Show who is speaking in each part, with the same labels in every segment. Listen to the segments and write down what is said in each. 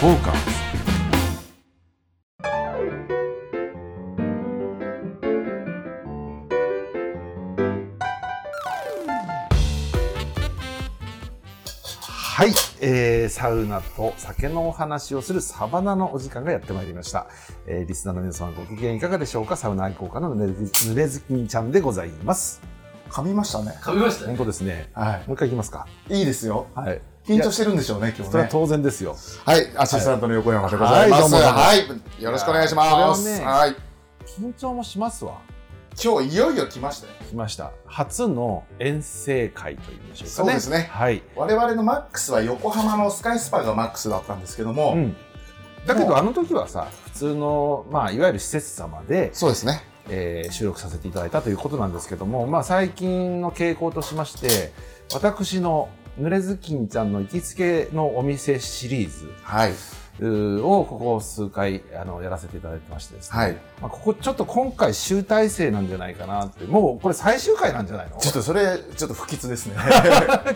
Speaker 1: フォーカスはい、えーサウナと酒のお話をするサバナのお時間がやってまいりました、えーリスナーの皆様ご機嫌いかがでしょうかサウナ愛好家のぬれずぬれずきんちゃんでございます
Speaker 2: 噛みましたね。
Speaker 3: 噛みました
Speaker 1: 本
Speaker 3: ね。
Speaker 1: 当ですね
Speaker 2: は
Speaker 1: もう一回いきますか
Speaker 2: い。いいですよ。
Speaker 1: はい
Speaker 2: 緊張してるんでしょうね、今
Speaker 1: そ
Speaker 2: 日
Speaker 1: れは
Speaker 2: ね。
Speaker 1: 当然ですよ
Speaker 2: はい。アシスタントの横山でございます。
Speaker 1: は
Speaker 2: はい。よろしくお願いします。
Speaker 1: いやーそれは
Speaker 2: はい。
Speaker 1: 緊張もしますわ
Speaker 2: 今日いよいよ来ましたね。
Speaker 1: 来ました初の遠征会というんでしょうかね
Speaker 2: そうですね
Speaker 1: はい、
Speaker 2: 我々のマックスは横浜のスカイスパがマックスだったんですけども、
Speaker 1: うん、だけ
Speaker 2: も
Speaker 1: どあの時はさ普通の、まあ、いわゆる施設様で、
Speaker 2: そうですね。
Speaker 1: えー収録させていただいたということなんですけども、まあ、最近の傾向としまして私の濡れずきんちゃんの行きつけのお店シリーズ
Speaker 2: はい。
Speaker 1: うーをここ数回あのやらせていただいてましてですね、
Speaker 2: はい。
Speaker 1: まあ、ここちょっと今回集大成なんじゃないかなってもうこれ最終回なんじゃないの
Speaker 2: ちょっとそれ、ちょっと不吉です ね。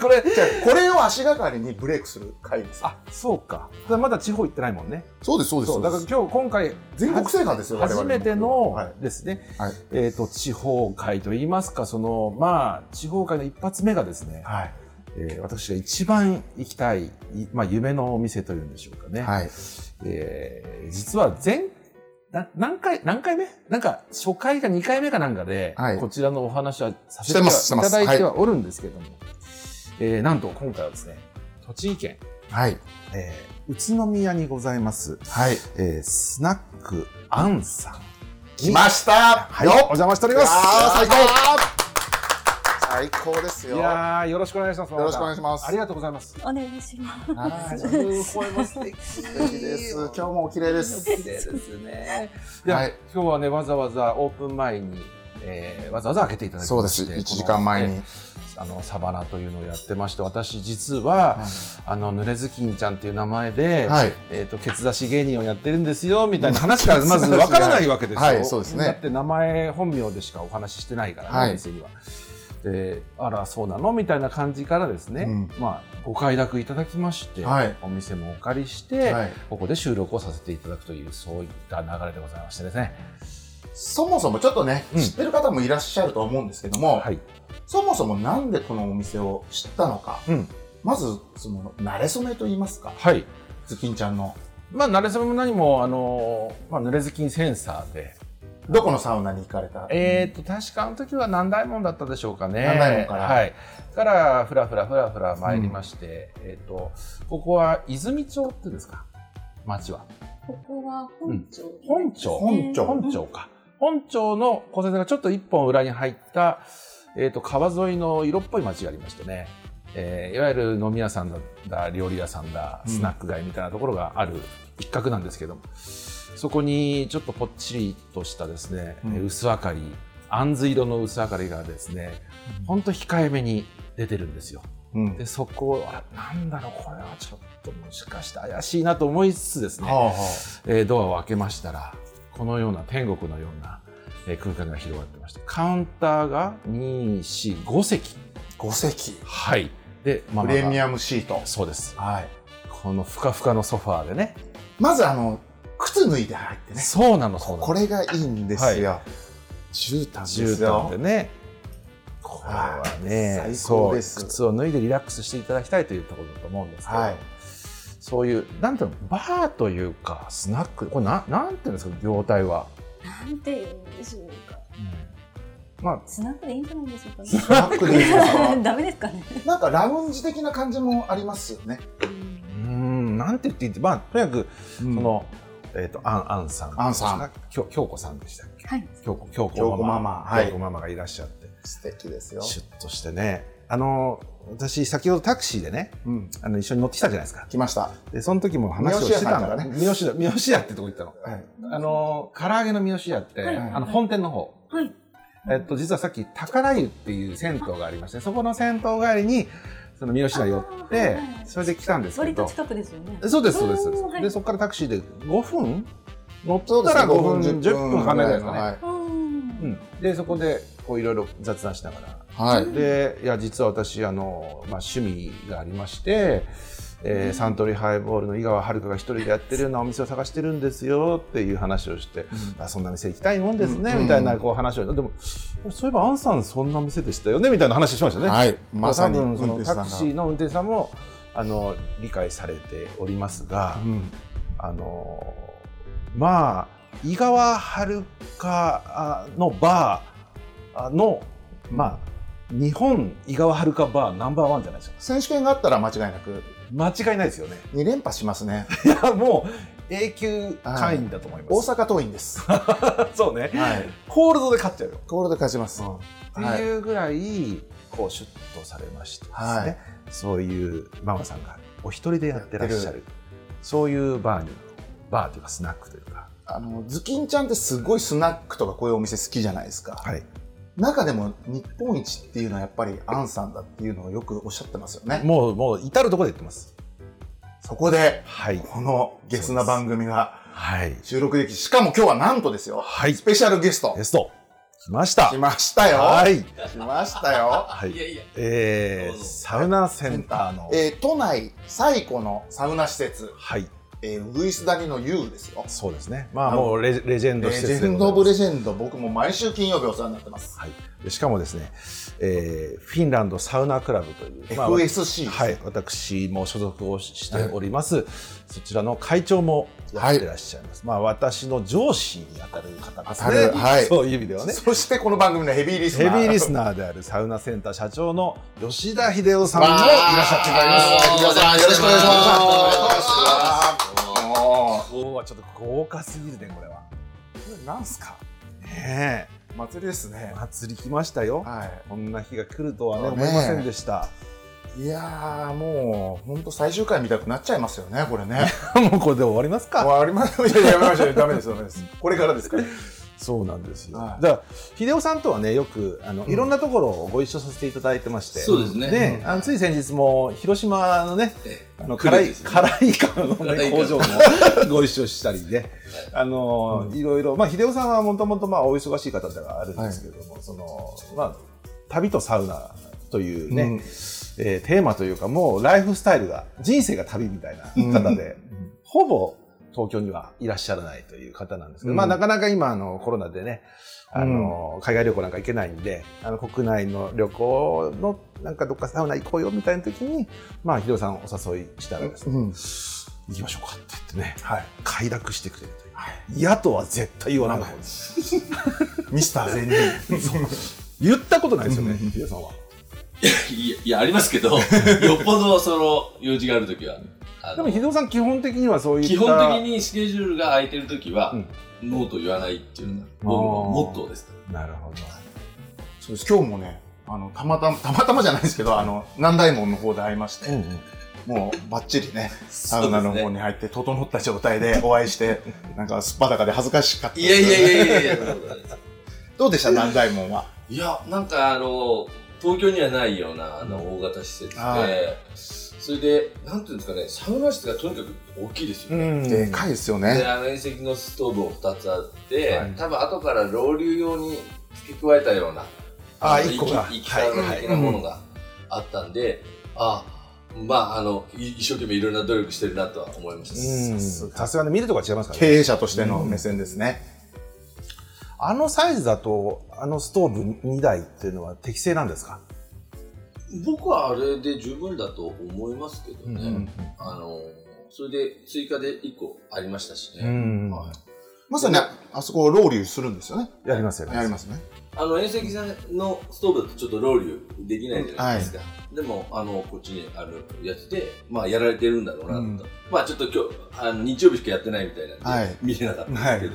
Speaker 1: これ
Speaker 2: じゃあこれを足がかりにブレイクする回です。
Speaker 1: あそうかだからまだ地方行ってないもんね
Speaker 2: そうです、そう
Speaker 1: そうだから今日今回
Speaker 2: 全国制覇ですよ、
Speaker 1: 初めての
Speaker 2: はい
Speaker 1: ですね、
Speaker 2: はい
Speaker 1: えー、と地方会といいますかそのまあ地方会の一発目がですね、
Speaker 2: はい。
Speaker 1: えー私が一番行きたい、いまあ、夢のお店というんでしょうかね、
Speaker 2: はい。
Speaker 1: えー実は前な何回何回目なんか初回か2回目かなんかで、
Speaker 2: はい
Speaker 1: こちらのお話はさせて
Speaker 2: して
Speaker 1: は
Speaker 2: ますして
Speaker 1: い
Speaker 2: ます
Speaker 1: ただいてはおるんですけども、えーなんと今回はですね栃木県、
Speaker 2: はい。
Speaker 1: えー宇都宮にございます、
Speaker 2: はい。
Speaker 1: えースナックアンさん
Speaker 2: 来ました
Speaker 1: はい、お邪魔しております。
Speaker 2: あー最高最高ですよ。
Speaker 1: いやー、よろしくお願いします。
Speaker 2: よろしくお願いします
Speaker 1: ありがとうございます。
Speaker 4: お願いします。
Speaker 2: はい
Speaker 1: そういう声も素 敵
Speaker 2: 素敵です。今日もお綺麗です。
Speaker 1: 綺麗ですね。いや、
Speaker 2: はい
Speaker 1: 今日はね、わざわざオープン前に、えー、わざわざ開けていただきまして
Speaker 2: そうです。1時間前。
Speaker 1: この
Speaker 2: に
Speaker 1: ね。あの、サバナというのをやってまして、私実は、あの、濡れずきんちゃんっていう名前で、
Speaker 2: はい。
Speaker 1: えっ、と、ケツ出し芸人をやってるんですよ、みたいな話からまずわからないわけですよ。
Speaker 2: はいそうですね
Speaker 1: だって名前、本名でしかお話ししてないからね、
Speaker 2: はい
Speaker 1: 店には。で、あら、そうなのみたいな感じからですね、
Speaker 2: うん
Speaker 1: まあ、ご快諾いただきまして、
Speaker 2: はい
Speaker 1: お店もお借りして、
Speaker 2: はい
Speaker 1: ここで収録をさせていただくという、そういった流れでございましてですね。
Speaker 2: そもそもちょっとね、
Speaker 1: うん
Speaker 2: 知ってる方もいらっしゃると思うんですけども、
Speaker 1: はい。
Speaker 2: そもそもなんでこのお店を知ったのか、
Speaker 1: うん。
Speaker 2: まず、その、慣れ初めと言いますか、
Speaker 1: はい。
Speaker 2: ズキンちゃんの、
Speaker 1: まあ、慣れそめも何も、あのまあ、濡れずきんセンサーで、
Speaker 2: どこのサウナに行かれた
Speaker 1: えー、と確かあの時は南大門だったでしょうかね
Speaker 2: 南大門から
Speaker 1: はい、からふらふらふらふら参りまして、えー、とここは泉町っていうんですか町は
Speaker 4: ここは本町、
Speaker 1: 本町
Speaker 2: 本町
Speaker 1: 本町か本町の交差点がちょっと一本裏に入った、えー、と川沿いの色っぽい町がありましてね、えーいわゆる飲み屋さんだだ料理屋さんだ
Speaker 2: うん
Speaker 1: スナック街みたいなところがある一角なんですけども、そこにちょっとぽっちりとしたですね、
Speaker 2: うん
Speaker 1: えー薄明かり杏子色の薄明かりがですねほんと控えめに出てるんですよ。
Speaker 2: うん。
Speaker 1: でそこをあなんだろうこれはちょっともしかして怪しいなと思いつつですね、
Speaker 2: はあは
Speaker 1: えードアを開けましたらこのような天国のような、えー空間が広がってましたカウンターが245席
Speaker 2: あ、5席、
Speaker 1: はいでマ
Speaker 2: プ
Speaker 1: マが
Speaker 2: レミアムシート。
Speaker 1: そうです
Speaker 2: はい。
Speaker 1: このふかふかのソファーでね
Speaker 2: まず、あの、靴脱いで入ってね。
Speaker 1: そうなのそうなの
Speaker 2: これがいいんですよ。絨毯で
Speaker 1: 絨
Speaker 2: す
Speaker 1: 毯
Speaker 2: よ
Speaker 1: で。ねこれは
Speaker 2: は
Speaker 1: ね
Speaker 2: い最
Speaker 1: そ
Speaker 2: 高
Speaker 1: う
Speaker 2: です
Speaker 1: 靴を脱いでリラックスしていただきたいというところだと思うんですけど、
Speaker 2: はい
Speaker 1: そういうなんていうのバーというかスナックこれななんていうんですか業態は、
Speaker 4: なんていうんでしょうか。
Speaker 1: まあ
Speaker 4: スナックでいいんじゃないでしょうか、
Speaker 2: スナックでいいですか
Speaker 4: ダメですかね。
Speaker 2: なんかラウンジ的な感じもありますよね。
Speaker 1: うーんなんて言っていいってまあとにかく
Speaker 2: そ
Speaker 1: そ、の、えっ、と、アン、アンさん。
Speaker 2: アンさん
Speaker 1: きょ。京子さんでしたっけ
Speaker 4: はい。
Speaker 1: 京子、京
Speaker 2: 京
Speaker 1: 子
Speaker 2: 子
Speaker 1: マ
Speaker 2: マ
Speaker 1: マ。
Speaker 2: マ。はい
Speaker 1: 京子。ママがいらっしゃって。
Speaker 2: 素敵ですよ。
Speaker 1: シュッとしてね。あの、私、先ほどタクシーでね、
Speaker 2: うん。
Speaker 1: あの、一緒に乗ってきたじゃないですか。
Speaker 2: 来ました。
Speaker 1: で、その時も話をしてたんだね。三好屋、三好屋ってとこ行ったの。
Speaker 2: はい。
Speaker 1: あの、唐揚げの三好屋って、
Speaker 4: はい
Speaker 1: あの、本店の方。
Speaker 4: はい。
Speaker 1: えっと、実はさっき、宝湯っていう銭湯がありまして、そこの銭湯帰りに、その三好屋寄って
Speaker 4: あ、ー
Speaker 1: それで来たんですけ
Speaker 4: 割と
Speaker 1: ど。
Speaker 4: 近くですよね。
Speaker 1: そうです、そうです。
Speaker 4: おーはい
Speaker 1: で、そこからタクシーで5分乗っ
Speaker 2: そうで
Speaker 1: た
Speaker 2: すね。
Speaker 1: ら5分、10分離れた
Speaker 2: ぐ
Speaker 1: の
Speaker 2: らい
Speaker 1: ね。
Speaker 2: の。
Speaker 4: うん
Speaker 1: うん、でそこでこういろいろ雑談しながら
Speaker 2: はい。
Speaker 1: でいや実は私あの、まあ、趣味がありまして、えーサントリーハイボールの井川遥が一人でやってるようなお店を探してるんですよっていう話をして、あそんな店行きたいもんですね、
Speaker 2: うん
Speaker 1: みたいなこう話をでもそういえばアンさんそんな店でしたよねみたいな話をしましたね。
Speaker 2: はい。まさに
Speaker 1: 多分
Speaker 2: 運
Speaker 1: その
Speaker 2: 転手さん
Speaker 1: タ
Speaker 2: が
Speaker 1: クシーの運転手さんもあの理解されておりますが、
Speaker 2: うん
Speaker 1: あのまあ井川遥のバーのまあ日本井川遥バーナンバーワンじゃないですか
Speaker 2: 選手権があったら間違いなく
Speaker 1: 間違いないですよね
Speaker 2: 2連覇しますね。
Speaker 1: いやもう永久会員だと思いま
Speaker 2: 大
Speaker 1: す
Speaker 2: 阪桐蔭です。
Speaker 1: 大阪 そうね
Speaker 2: はい。
Speaker 1: コールドで勝っちゃうよ、
Speaker 2: ゴールで勝ちます。
Speaker 1: っていうぐらいこうシュッとされましてですね、
Speaker 2: はい
Speaker 1: そういうママさんがお一人でやってらっしゃるそういうバーにバーというかスナックというか
Speaker 2: あの、ズキンちゃんってすごいスナックとかこういうお店好きじゃないですか。
Speaker 1: はい
Speaker 2: 中でも日本一っていうのはやっぱりアンさんだっていうのをよくおっしゃってますよね。
Speaker 1: もうもう至る所で言ってます
Speaker 2: そこで、
Speaker 1: はい
Speaker 2: このゲスな番組が
Speaker 1: はい
Speaker 2: 収録でき、しかも今日はなんとですよ。
Speaker 1: はい
Speaker 2: スペシャルゲスト
Speaker 1: ゲ。スト来ました
Speaker 2: 来ましたよ。
Speaker 1: はい、
Speaker 2: 来ましたよ。
Speaker 1: はい
Speaker 3: やいや、
Speaker 1: え
Speaker 3: どう
Speaker 1: ー、
Speaker 3: ぞ
Speaker 1: サウナセンターの、
Speaker 2: えー都内最古のサウナ施設、
Speaker 1: はい
Speaker 2: えー、ウグイス谷の湯ですよ。
Speaker 1: そうですねまあもうレレジェンド
Speaker 2: レ
Speaker 1: 施
Speaker 2: ジ
Speaker 1: 設で
Speaker 2: ェン
Speaker 1: ござ
Speaker 2: ド・
Speaker 1: い
Speaker 2: オブ・
Speaker 1: ま
Speaker 2: レ
Speaker 1: す
Speaker 2: ジェンド、僕も毎週金曜日お世話になってます。
Speaker 1: はい、しかもですね、えー、フィンランドサウナクラブという、まあ
Speaker 2: FSC です、
Speaker 1: はい、私も所属をしております、そちらの会長もやってらっしゃいます、まあ私の上司に当たる方ですね
Speaker 2: 当たるはい
Speaker 1: そういう意味ではね
Speaker 2: そしてこの番組のヘビーリス
Speaker 1: ヘビ
Speaker 2: ナー。
Speaker 1: ーリス
Speaker 2: ー。
Speaker 1: ナーであるサウナセンター社長の吉田秀夫さんもい
Speaker 2: わ
Speaker 1: らっ
Speaker 2: ー
Speaker 1: しゃってくれます
Speaker 2: あー皆さんよろしくお願いします。も
Speaker 1: 今日はちょっと豪華すぎるねこれは
Speaker 2: う、なんすか
Speaker 1: ね
Speaker 2: 祭りです
Speaker 1: え
Speaker 2: ね。
Speaker 1: 祭り来ましたよ
Speaker 2: は
Speaker 1: こんな日が来るとはね
Speaker 2: そうね
Speaker 1: 思いませんでした
Speaker 2: い。いやー、もう、ほんと最終回みたくなっちゃいますよね、これね。
Speaker 1: もうこれで終わりますか
Speaker 2: 終わりましょう。いやいややめましょう。ダメです、ダメです。これからですから。
Speaker 1: そうなんですよ、
Speaker 2: はい
Speaker 1: だから秀夫さんとはねよくあの、
Speaker 2: うん
Speaker 1: いろんなところをご一緒させていただいてまして
Speaker 3: そうですね
Speaker 1: ねあのつい先日も広島のね
Speaker 3: ええ
Speaker 1: あの
Speaker 3: ク
Speaker 1: 辛
Speaker 3: レイ
Speaker 1: い
Speaker 3: ですね
Speaker 1: 辛いカの、
Speaker 3: 辛
Speaker 1: ね、
Speaker 3: い
Speaker 1: 工
Speaker 3: 缶
Speaker 1: 場もご一緒したりねあの、いろいろまあ秀夫さんはもともとまあお忙しい方ではあるんですけれども、そのまあ旅とサウナというね、
Speaker 2: うん
Speaker 1: えーテーマというかもうライフスタイルが人生が旅みたいな方で、ほぼ東京にはいらっしゃらないという方なんですけど、
Speaker 2: うん
Speaker 1: まあなかなか今あのコロナでね、あの、海外旅行なんか行けないんで、あの国内の旅行のなんかどっかサウナ行こうよみたいな時に、まあヒロさんをお誘いしたらですね、
Speaker 2: うん。
Speaker 1: 行きましょうかって言ってね、
Speaker 2: はい。
Speaker 1: 快諾してくれるという。嫌とは絶対言わない。
Speaker 2: ミスター全人。
Speaker 1: 言ったことないですよね、
Speaker 2: うん
Speaker 1: ヒロさんは。
Speaker 3: いや、いやあります けど、よっぽどその用事があるときは、あ
Speaker 1: で
Speaker 3: の
Speaker 1: もヒロさん基本的にはそういった
Speaker 3: 基本的にスケジュールが空いてるときは、
Speaker 1: うん
Speaker 3: ノーと言わないっていうのが僕のモットーです。
Speaker 1: なるほど。
Speaker 2: そうです。今日もね、あの、たまたま、たまたまじゃないですけど、あの、南大門の方で会いまして、もうバッチリね、サウナの
Speaker 3: そ
Speaker 2: 方
Speaker 3: うですね
Speaker 2: に入って、整った状態でお会いして、なんかすっぱだかで恥ずかしかったで
Speaker 3: い
Speaker 2: すよね、
Speaker 3: やいやいやいやいや、そんなことないです
Speaker 2: どうでした、南大門は。
Speaker 3: いや、なんかあの、東京にはないようなあの大型施設で、
Speaker 2: はい
Speaker 3: それで、なんていうんですかね、サウナ室がとにかく大きいですよね。
Speaker 1: ん
Speaker 2: でかいですよ
Speaker 3: で、
Speaker 2: ね。
Speaker 3: あの遠赤のストーブを2つあって、
Speaker 1: はい
Speaker 3: 多分後からロウリュ用に付け加えたような、
Speaker 1: あ
Speaker 3: の
Speaker 1: 一個が
Speaker 3: 生き方
Speaker 1: はい
Speaker 3: 的なものがあったんで、あ、まあ、あの、い一生懸命いろんな努力してるなとは思いました。
Speaker 1: うん
Speaker 2: すが
Speaker 1: さすがに見るとこは違いますからね。
Speaker 2: 経営者としての目線ですね。
Speaker 1: あのサイズだと、あのストーブ2台っていうのは適正なんですか、
Speaker 3: 僕はあれで十分だと思いますけどね、
Speaker 1: うん
Speaker 3: あの、それで追加で1個ありましたしね。
Speaker 1: うん
Speaker 3: はい
Speaker 2: まさにああそこをロウリュするんですよね。
Speaker 1: やりますよね。
Speaker 2: やりますね。
Speaker 3: あの遠赤さんのストーブだとちょっとロウリュできないじゃないですか、でもあのこっちにあるやつで、まあ、やられてるんだろうなと、
Speaker 2: うん
Speaker 3: まあちょっと今日あの日曜日しかやってないみたいなんで、
Speaker 2: はい
Speaker 3: 見れなかったんですけど、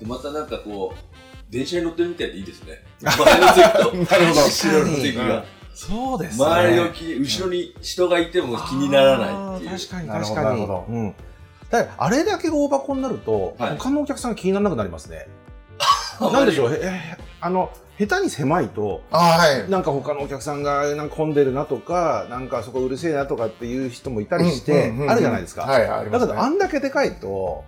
Speaker 3: でまたなんかこう電車に乗ってるみたいでいいです ね前の席と
Speaker 2: なるほど
Speaker 3: 後ろの席
Speaker 2: うん
Speaker 3: が、
Speaker 1: そうで
Speaker 3: 周りをき後ろに人がいても気にならないっていう
Speaker 1: あー確かに、
Speaker 2: なるほ
Speaker 1: 確
Speaker 2: ど
Speaker 1: か
Speaker 2: な
Speaker 1: に。
Speaker 2: るほ
Speaker 1: うんだからあれだけ大箱になると、
Speaker 3: はい
Speaker 1: 他のお客さん気にならなくなります ね。なんでしょう、へへあの、下手に狭いと、
Speaker 2: あはい。
Speaker 1: なんか他のお客さんがなんか混んでるなとか、なんかそこうるせえなとかっていう人もいたりして
Speaker 2: うんうんう、ん
Speaker 1: あるじゃないですか。
Speaker 2: はい、ありま
Speaker 1: だけ
Speaker 2: す
Speaker 1: ど、
Speaker 2: ね。
Speaker 1: あんだけでかいと、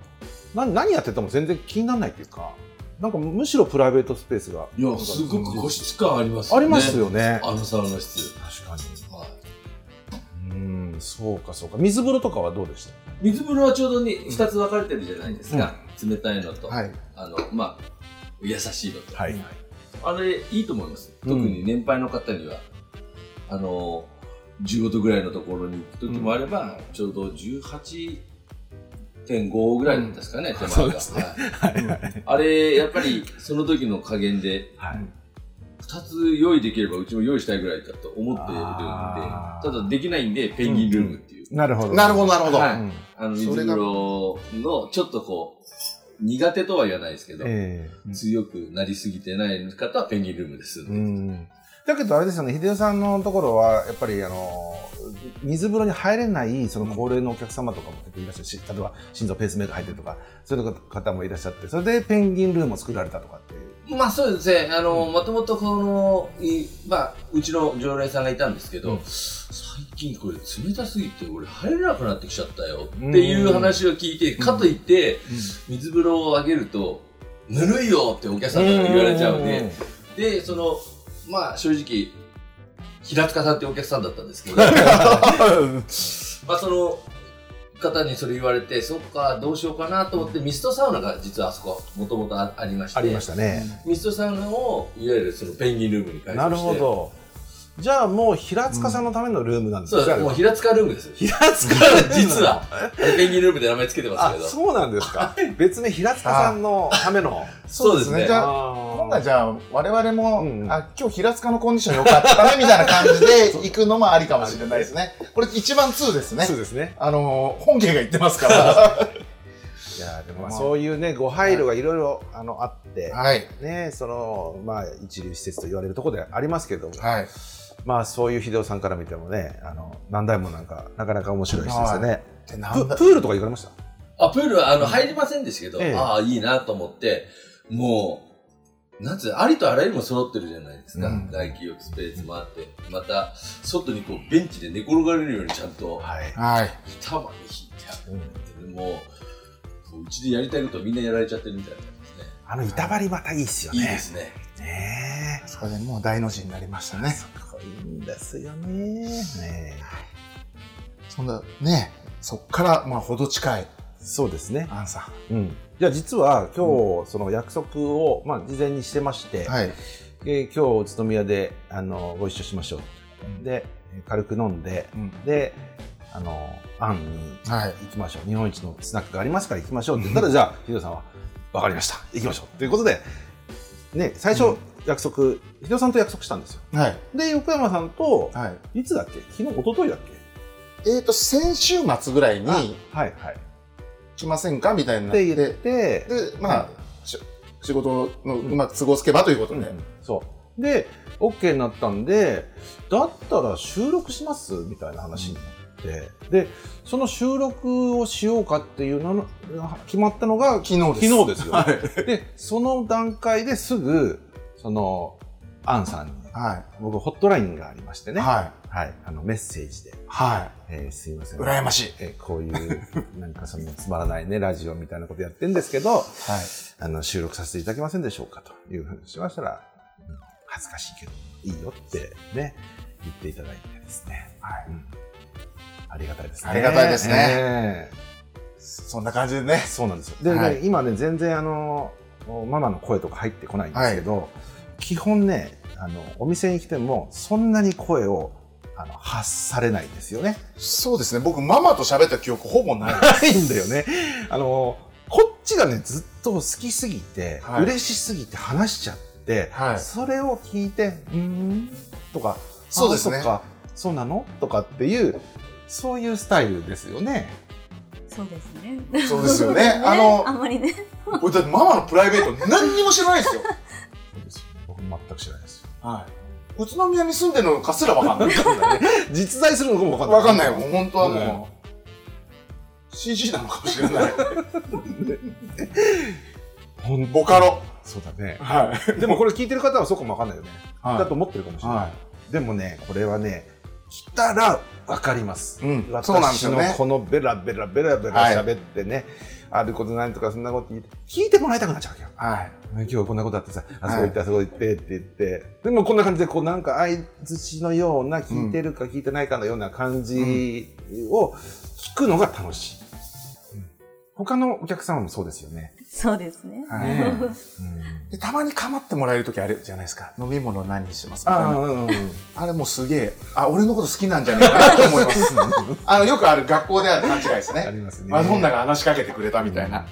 Speaker 1: な何やってても全然気にならないっていうか、なんかむしろプライベートスペースが
Speaker 3: いや、すごく個室感あります
Speaker 1: あります。よね。
Speaker 3: あのサウナ室。
Speaker 1: 確かに。
Speaker 3: はい
Speaker 1: うん、そうかそうか。水風呂とかはどうでした
Speaker 3: 水風呂はちょうどに2つ分かれてるじゃないですか。冷たいのと、
Speaker 2: はい。
Speaker 3: あの、まあ、優しいのと。
Speaker 1: はい。
Speaker 3: あれ、いいと思います。
Speaker 1: うん
Speaker 3: 特に年配の方には、あの、15度ぐらいのところに行く時もあれば、ちょうど18.5ぐらいですかね、手前が
Speaker 1: そうですね
Speaker 3: はい
Speaker 1: はいはい。
Speaker 3: あれ、やっぱり、その時の加減で、
Speaker 1: はい
Speaker 3: 2つ用意できれば、うちも用意したいぐらいかと思っているんで、
Speaker 1: あー
Speaker 3: ただできないんで、ペンギンルームっていう、
Speaker 1: なるほど。
Speaker 2: なるほど、なるほど。
Speaker 3: はい
Speaker 1: うん
Speaker 3: あの、水風呂の、ちょっとこう、苦手とは言わないですけど、
Speaker 1: ええ
Speaker 3: 強くなりすぎてない方はペンギンルームです。
Speaker 1: うん。だけどあれですよね、秀夫さんのところは、やっぱりあの、水風呂に入れない、その高齢のお客様とかも結構いらっしゃるし、例えば心臓ペースメーカー入ってるとか、そういう方もいらっしゃって、それでペンギンルームを作られたとかっていう。
Speaker 3: まあそうですね、あの、もともとこの、いまあ、うちの常連さんがいたんですけど、
Speaker 1: うん
Speaker 3: 最近これ冷たすぎて俺入れなくなってきちゃったよっていう話を聞いて、
Speaker 1: ん
Speaker 3: かといって、水風呂をあげると、ぬるいよってお客さんから言われちゃうんで、で、その、まあ正直、平塚さんってお客さんだったんですけど、まあその方にそれ言われて、そっか、どうしようかなと思って、ミストサウナが実はあそこ、もともとあありまして、
Speaker 1: ありましたね。
Speaker 3: ミストサウナをいわゆるそのペンギンルームに改
Speaker 1: な
Speaker 3: 装
Speaker 1: る
Speaker 3: し
Speaker 1: ほ
Speaker 3: て
Speaker 1: ど。じゃあもう平塚さんのためのルームなんです
Speaker 3: そうですもう
Speaker 1: ね。
Speaker 3: 平塚ルームですよ
Speaker 1: 平塚
Speaker 3: 実はあれペンギンルームで名前つけてます
Speaker 1: あ
Speaker 3: け、ど
Speaker 1: そうなんですか。別名平塚さんのための。
Speaker 3: そうですね
Speaker 2: じゃ
Speaker 1: あ
Speaker 2: あ、今度はじゃあ、我々も、
Speaker 1: うんうん
Speaker 2: あ、今日平塚のコンディション良かったね、みたいな感 じで行くのもありかもしれないですね。これ一番2ですね
Speaker 1: そ。うですね。
Speaker 2: あのー、本家が言ってますから。
Speaker 1: いやでもまあ
Speaker 2: まあ
Speaker 1: そういうねご配慮がいろいろあのあって
Speaker 2: はい。
Speaker 1: ねそのまあ一流施設と言われるところでありますけども、
Speaker 2: はい。
Speaker 1: まあそういう秀夫さんから見てもねあの何台もなんかなかなか面白い施設でね。
Speaker 2: で、な
Speaker 1: プ
Speaker 2: ん
Speaker 1: プ
Speaker 2: だ、
Speaker 1: ールとか行かれました？
Speaker 3: あプールはあの入りませんでしたけど、
Speaker 1: ええ
Speaker 3: ああいいなと思ってもうなんつうありとあらゆるもの揃ってるじゃないですか、
Speaker 2: うん
Speaker 3: 外気浴スペースもあってまた外にこうベンチで寝転がれるようにちゃんと
Speaker 1: はい。
Speaker 2: はい。
Speaker 3: 板まで引いてあるでもううちでやりたいことみんなやられちゃってるみたいな感じですね
Speaker 1: あの板張りまたいいっすよ
Speaker 3: いいで
Speaker 1: ね。
Speaker 3: すね
Speaker 1: ねえ。
Speaker 2: それでもう大の字になりましたね。
Speaker 1: かっこいいんですよね。ね
Speaker 2: そんな、ね、そっから、まあ、ほど近い、
Speaker 1: そうですね。
Speaker 2: アンさ
Speaker 1: うん。じゃあ実は今日その約束をまあ事前にしてまして、
Speaker 2: ん。はい。
Speaker 1: で今日宇都宮であのご一緒しましょう。で軽く飲んで。
Speaker 2: うん。
Speaker 1: で、あの、アンに
Speaker 2: はい。
Speaker 1: 行きましょう。日本一のスナックがありますから行きましょうって言ったら、じゃあ、ヒデさんは、わかりました。行きましょう。ということで、ね、最初、
Speaker 2: うん
Speaker 1: 約束、ヒデさんと約束したんですよ。
Speaker 2: はい。
Speaker 1: で、横山さんと、
Speaker 2: はい。
Speaker 1: いつだっけ昨日、一昨日だっけ
Speaker 2: えーと、先週末ぐらいに
Speaker 1: はいはい。
Speaker 2: 来ませんかみたいになっ
Speaker 1: って
Speaker 2: て、
Speaker 1: 言っ
Speaker 2: で、
Speaker 1: て、
Speaker 2: まあ、し仕事のうまく都合つけばということ
Speaker 1: う
Speaker 2: で、
Speaker 1: んそう。で、OK になったんで、だったら収録しますみたいな話になって、で、その収録をしようかっていうのの決まったのが、
Speaker 2: 昨日です。
Speaker 1: 昨日ですよ、
Speaker 2: は
Speaker 1: でその段階ですぐそのアンさんに
Speaker 2: は
Speaker 1: 僕ホットラインがありまして
Speaker 2: い。
Speaker 1: ね、はい
Speaker 2: は
Speaker 1: あのメッセージで
Speaker 2: い。、は
Speaker 1: えーすいませ
Speaker 2: い。
Speaker 1: ん
Speaker 2: 羨ましい。
Speaker 1: えーこういうなんかそのつまらないねラジオみたいなことやってるんですけど
Speaker 2: はい。
Speaker 1: あの収録させていただけませんでしょうかというふうにしましたら、うん恥ずかしいけどいいよってね言っていただいてですね、
Speaker 2: はい
Speaker 1: うんありがたいですね
Speaker 2: ありがたいですね
Speaker 1: ね
Speaker 2: そんな感じでね。
Speaker 1: そうなんですよ。で、ね
Speaker 2: はい
Speaker 1: 今ね、全然あの、ママの声とか入ってこないんですけど、基本ね、あの、お店に来ても、そんなに声を、あの、発されないんですよね。
Speaker 2: そうですね。僕、ママと喋った記憶ほぼない。
Speaker 1: ないんだよね。あの、こっちがね、ずっと好きすぎて、
Speaker 2: はい
Speaker 1: 嬉しすぎて話しちゃって、
Speaker 2: はい
Speaker 1: それを聞いて、うーんとか、
Speaker 2: そうですね
Speaker 1: あとか、そうなのとかっていう、そういうスタイルですよね。
Speaker 4: そうですね。
Speaker 2: そうですよね。あ
Speaker 4: あ
Speaker 2: の、
Speaker 4: んまりね。
Speaker 2: 俺だってママのプライベート何にも知らないですよ。
Speaker 1: そうですよね僕全く知らないですよ。
Speaker 2: はい。宇都宮に住んでるのかすらわかんない。
Speaker 1: 実在するのかもわかんない。
Speaker 2: わかんないよ。本当はもう、CG なのかもしれない。
Speaker 1: ほん
Speaker 2: ボカロ。
Speaker 1: そうだね。
Speaker 2: は
Speaker 1: でもこれ聞いてる方はそうかもわかんないよね。
Speaker 2: い。は
Speaker 1: だと思ってるかもしれない。
Speaker 2: は
Speaker 1: でもね、これはね、来たら分かります。
Speaker 2: うんそうなんで
Speaker 1: 私
Speaker 2: すよ
Speaker 1: の
Speaker 2: ね
Speaker 1: このベラベラベラベラ喋ってね、あることないとかそんなこと言って聞いてもらいたくなっちゃうわけよ。
Speaker 2: はい。
Speaker 1: 今日こんなことあってさ、あそこ行って、あそこ行ってって言って、でもこんな感じで、こうなんか相づちのような、聞いてるか聞いてないかのような感じを聞くのが楽しい。他のお客様もそうですよね。
Speaker 4: そうですね。
Speaker 2: はい
Speaker 1: うん
Speaker 2: でたまに構ってもらえる時あるじゃないですか。飲み物何にしますみたい
Speaker 1: ああ、
Speaker 2: な
Speaker 1: うんうん
Speaker 2: あれもうすげえ、あ、俺のこと好きなんじゃねえかなと思い ます。あの、よくある学校である勘違いです
Speaker 1: あ
Speaker 2: ね。
Speaker 1: りますね。
Speaker 2: マドンナが話しかけてくれたみたいな。
Speaker 1: うん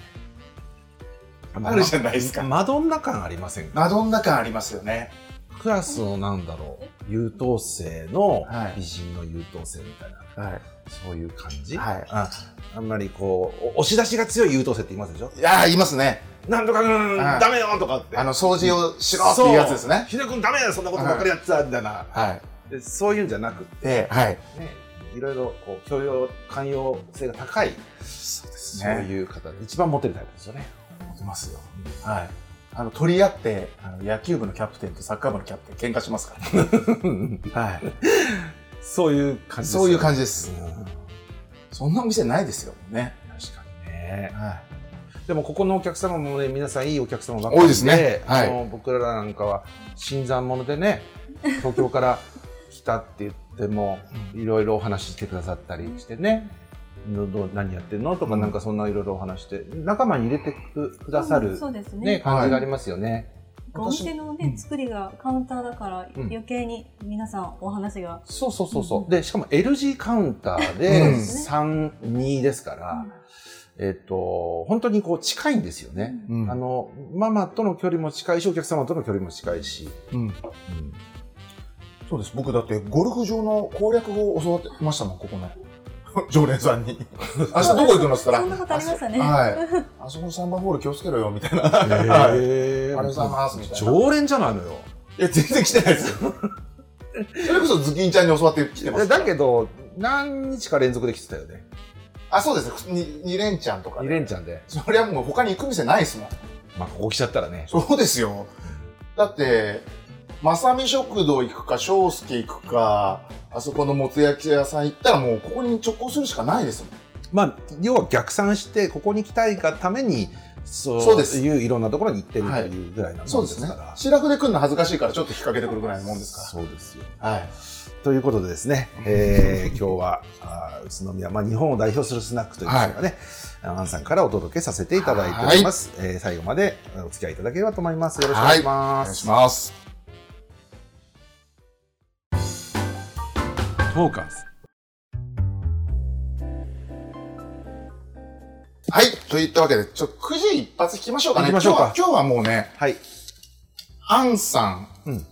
Speaker 2: あるじゃないですか
Speaker 1: マドンナ感ありませんか
Speaker 2: マドンナ感ありますよね。
Speaker 1: クラスのなんだろう、優等生の
Speaker 2: はい
Speaker 1: 美人の優等生みたいな、
Speaker 2: は
Speaker 1: そういう感じ、
Speaker 2: はい
Speaker 1: ああんまりこう、お押し出しが強い優等生って言いますでしょ
Speaker 2: い。いやー、言いますね。
Speaker 1: なんとか君、
Speaker 2: はい
Speaker 1: ダメよとかって。
Speaker 2: あの、掃除をしろっていうやつですね。
Speaker 1: ひで君ダメだよ、そんなことばっかりやってたみたいな、
Speaker 2: はい。
Speaker 1: でそういうんじゃなくて、
Speaker 2: で、はい。
Speaker 1: ね、いろいろこう許容、寛容性が高い、
Speaker 2: そうで
Speaker 1: そういう方、一番モテるタイプですよね。
Speaker 2: 思ってますよ。はい。あの、取り合って、あの野球部のキャプテンとサッカー部のキャプテン喧嘩しますから。はい。
Speaker 1: そういう感
Speaker 2: そういう感じで
Speaker 1: じ
Speaker 2: す。そんなお店ないですよね。
Speaker 1: 確かにね。
Speaker 2: は
Speaker 1: でもここのお客様もね皆さんいいお客様ばっかり
Speaker 2: 多いですねはい
Speaker 1: あの僕らなんかは新参者で ね東京から来たって言ってもいろいろお話ししてくださったりしてねどどう何やってんのとか、
Speaker 2: うん
Speaker 1: なんかそんないろいろお話して仲間に入れてくくださる、
Speaker 4: そうです
Speaker 1: ね
Speaker 4: ね。
Speaker 1: 感じがありますよね。
Speaker 4: お店のね、作りがカウンターだから、
Speaker 1: うん
Speaker 4: 余計に皆さんお話が。
Speaker 1: そうそうそう
Speaker 4: うん
Speaker 1: そうう。でしかも L 字カウンター
Speaker 2: う
Speaker 1: で
Speaker 2: ん
Speaker 1: 3、2ですから、えっと本当にこう近いんですよね。
Speaker 2: い。うん
Speaker 1: あのママとの距離も近いしお客様との距離も近いし、
Speaker 2: うん。そうです。僕だってゴルフ場の攻略法を教わってましたもん、ここの。 常連さん に。明日どこ行くのっつったら。
Speaker 4: そんなことありましたね
Speaker 2: はい。 あそこの3番ホール気をつけろよ、みたいな。は
Speaker 1: へ
Speaker 2: い。
Speaker 1: ー
Speaker 2: ありがとうございますみたいな
Speaker 1: 常連じゃないのよ
Speaker 2: いや、全然来てないですよ。それこそズキンちゃんに教わってきてます。
Speaker 1: だけど何日か連続で来てたよね
Speaker 2: あ、そうです。に二連ちゃんとか
Speaker 1: 2
Speaker 2: で。
Speaker 1: 連チャンで
Speaker 2: そりゃもう他に行く店ないですもん。
Speaker 1: まあここ来ちゃったらね
Speaker 2: そうですよ。だって、まさみ食堂行くか、翔介行くか、あそこのもつ焼き屋さん行ったらもうここに直行するしかないですもん。
Speaker 1: まあ要は逆算してここに来たいがためにそう
Speaker 2: そうです
Speaker 1: いういろんなところに行ってるっていうぐらいなもんです
Speaker 2: そうです
Speaker 1: か
Speaker 2: ね
Speaker 1: ら、。
Speaker 2: 白らくで来るの恥ずかしいからちょっと引っ掛けてくるぐらいのもんですか
Speaker 1: そうですよ
Speaker 2: ら。はい。
Speaker 1: ということでですね、えー今日はあー宇都宮、まあ、日本を代表するスナックというのがね、アンさんからお届けさせていただいております、えー最後までお付き合いいただければと思いますよろしくお願いし
Speaker 2: お
Speaker 1: ま
Speaker 2: 願い
Speaker 1: す
Speaker 2: し、ます。
Speaker 1: トーカーズ
Speaker 2: はい。といったわけで、ちょっと9時一発引きましょうかね。
Speaker 1: 行きましょうか
Speaker 2: 今日は今日はもうね、
Speaker 1: はい
Speaker 2: アンさん、
Speaker 1: うん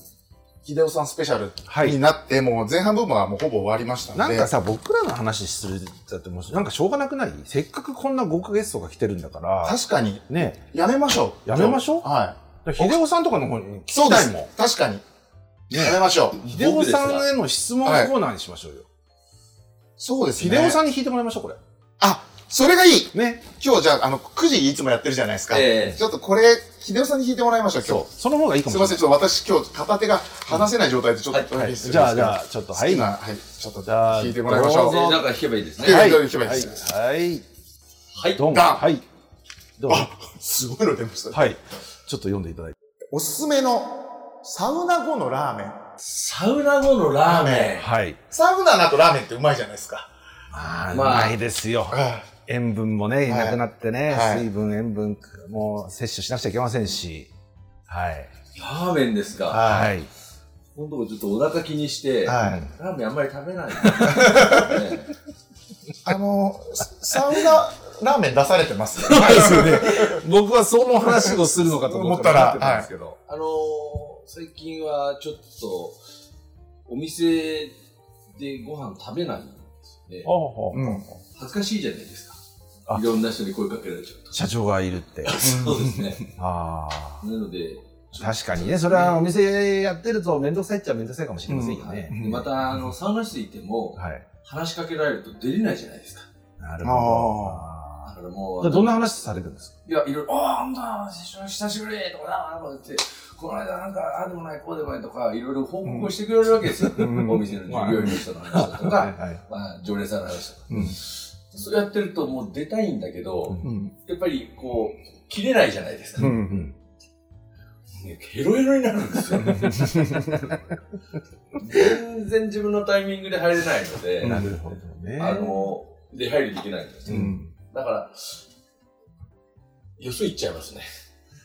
Speaker 2: 秀夫さんスペシャル
Speaker 1: はい
Speaker 2: になって、もう前半部分はもうほぼ終わりましたの
Speaker 1: なん
Speaker 2: で。
Speaker 1: かさ、僕らの話するだってもう、なんかしょうがなくないせっかくこんな豪華ゲストが来てるんだから、
Speaker 2: 確かに、
Speaker 1: ね
Speaker 2: やめましょう。
Speaker 1: やめましょう
Speaker 2: は
Speaker 1: え、秀夫さんとかの方に聞
Speaker 2: い。そ
Speaker 1: き
Speaker 2: うで
Speaker 1: たい
Speaker 2: す
Speaker 1: もん。。
Speaker 2: 確かに。
Speaker 1: ね
Speaker 2: やめましょう。
Speaker 1: 秀夫さんへの質問コーナーにしましょうよ。
Speaker 2: そうですね。
Speaker 1: 秀夫さんに聞いてもらいましょう、これ。
Speaker 2: あ、それがいい
Speaker 1: ね。
Speaker 2: 今日じゃあ、あの、9時いつもやってるじゃないですか。
Speaker 3: ええ
Speaker 2: ちょっとこれ、秀夫さんに聞いてもらいましょう、今日。
Speaker 1: その方がいいかも
Speaker 2: す
Speaker 1: し
Speaker 2: い
Speaker 1: れな
Speaker 2: ま
Speaker 1: い。
Speaker 2: せん、ちょっと私今日片手が離せない状態でちょっと、
Speaker 1: はい
Speaker 2: 失礼します
Speaker 1: じゃあ、じゃあ、ちょっと、は
Speaker 2: 好き
Speaker 1: い。
Speaker 2: な、
Speaker 1: は
Speaker 2: はい、ちょっと
Speaker 1: じゃあ
Speaker 2: 聞いてもらいましょう。
Speaker 1: どうぞ
Speaker 3: なんか弾けばいいです
Speaker 1: い。
Speaker 3: ね。
Speaker 1: はい。
Speaker 2: いただきます
Speaker 1: はい。
Speaker 3: はい。
Speaker 1: どうも。
Speaker 2: ガン
Speaker 1: はい。どうも。
Speaker 2: すごいの出ました。
Speaker 1: はい。ちょっと読んでいただいて。
Speaker 2: おすすめのサウナ後のラーメン。
Speaker 3: サウナ後のラーメ
Speaker 1: はい。
Speaker 2: サウナの後ラーメンってうまいじゃないですか。
Speaker 1: まあ、
Speaker 3: まあ
Speaker 1: ないですよ。塩分もね、いなくなってね、
Speaker 2: はい
Speaker 1: 水分、塩分、もう摂取しなくちゃいけませんし。はい。
Speaker 3: ン。ラーメンですか。
Speaker 2: は。
Speaker 1: はいい。
Speaker 3: このとこちょっとお腹気にして、ラ
Speaker 2: はい。
Speaker 3: ーメンあんまり食べない。ね
Speaker 2: あの、ササウナラーメン出されてます。
Speaker 1: ないですよね。僕はその話をするのかと思ったら、
Speaker 2: 思ったら
Speaker 1: けど。
Speaker 3: あのー、最近はちょっと、お店でご飯食べないんですよね。
Speaker 2: うん。
Speaker 3: 恥ずかしいじゃないですか
Speaker 1: あ。
Speaker 3: いろんな人に声かけられちゃうと。
Speaker 1: 社長がいるって。
Speaker 3: そうですね。
Speaker 1: ああ。
Speaker 3: なので、
Speaker 1: 確かにね、それはお店やってると面倒くさいっちゃ面倒くさいかもしれませんよ
Speaker 2: う
Speaker 1: ね。
Speaker 2: ん
Speaker 3: また、あの、サウナ室行っても、
Speaker 1: はい。
Speaker 3: 話しかけられると出れないじゃないですか。
Speaker 1: なる
Speaker 2: あ
Speaker 1: ほど。
Speaker 3: だからもう
Speaker 1: どんな話されるんですか
Speaker 3: いや、いろいろ、ああ、なんだ、久しぶりとか、なんか言って、この間なんか、ああでもない、こうでもないとか、いろいろ報告をしてくれるわけですよ。
Speaker 1: ん
Speaker 3: お店の従業員の人の話だ
Speaker 1: は
Speaker 3: と
Speaker 1: い
Speaker 3: か、
Speaker 1: はい。
Speaker 3: まあ、常連さんの話とか。
Speaker 1: うん
Speaker 3: そうやってると、もう出たいんだけど、
Speaker 2: うん。
Speaker 3: やっぱり、こう、切れないじゃないですか。
Speaker 1: うん
Speaker 3: ねヘロヘロになるんですよ。全然自分のタイミングで入れないので、
Speaker 1: うんなるほどね。
Speaker 3: あの、出入りできないんです
Speaker 1: う
Speaker 3: よ。
Speaker 1: ん、
Speaker 3: だから、よそ行っちゃいますね。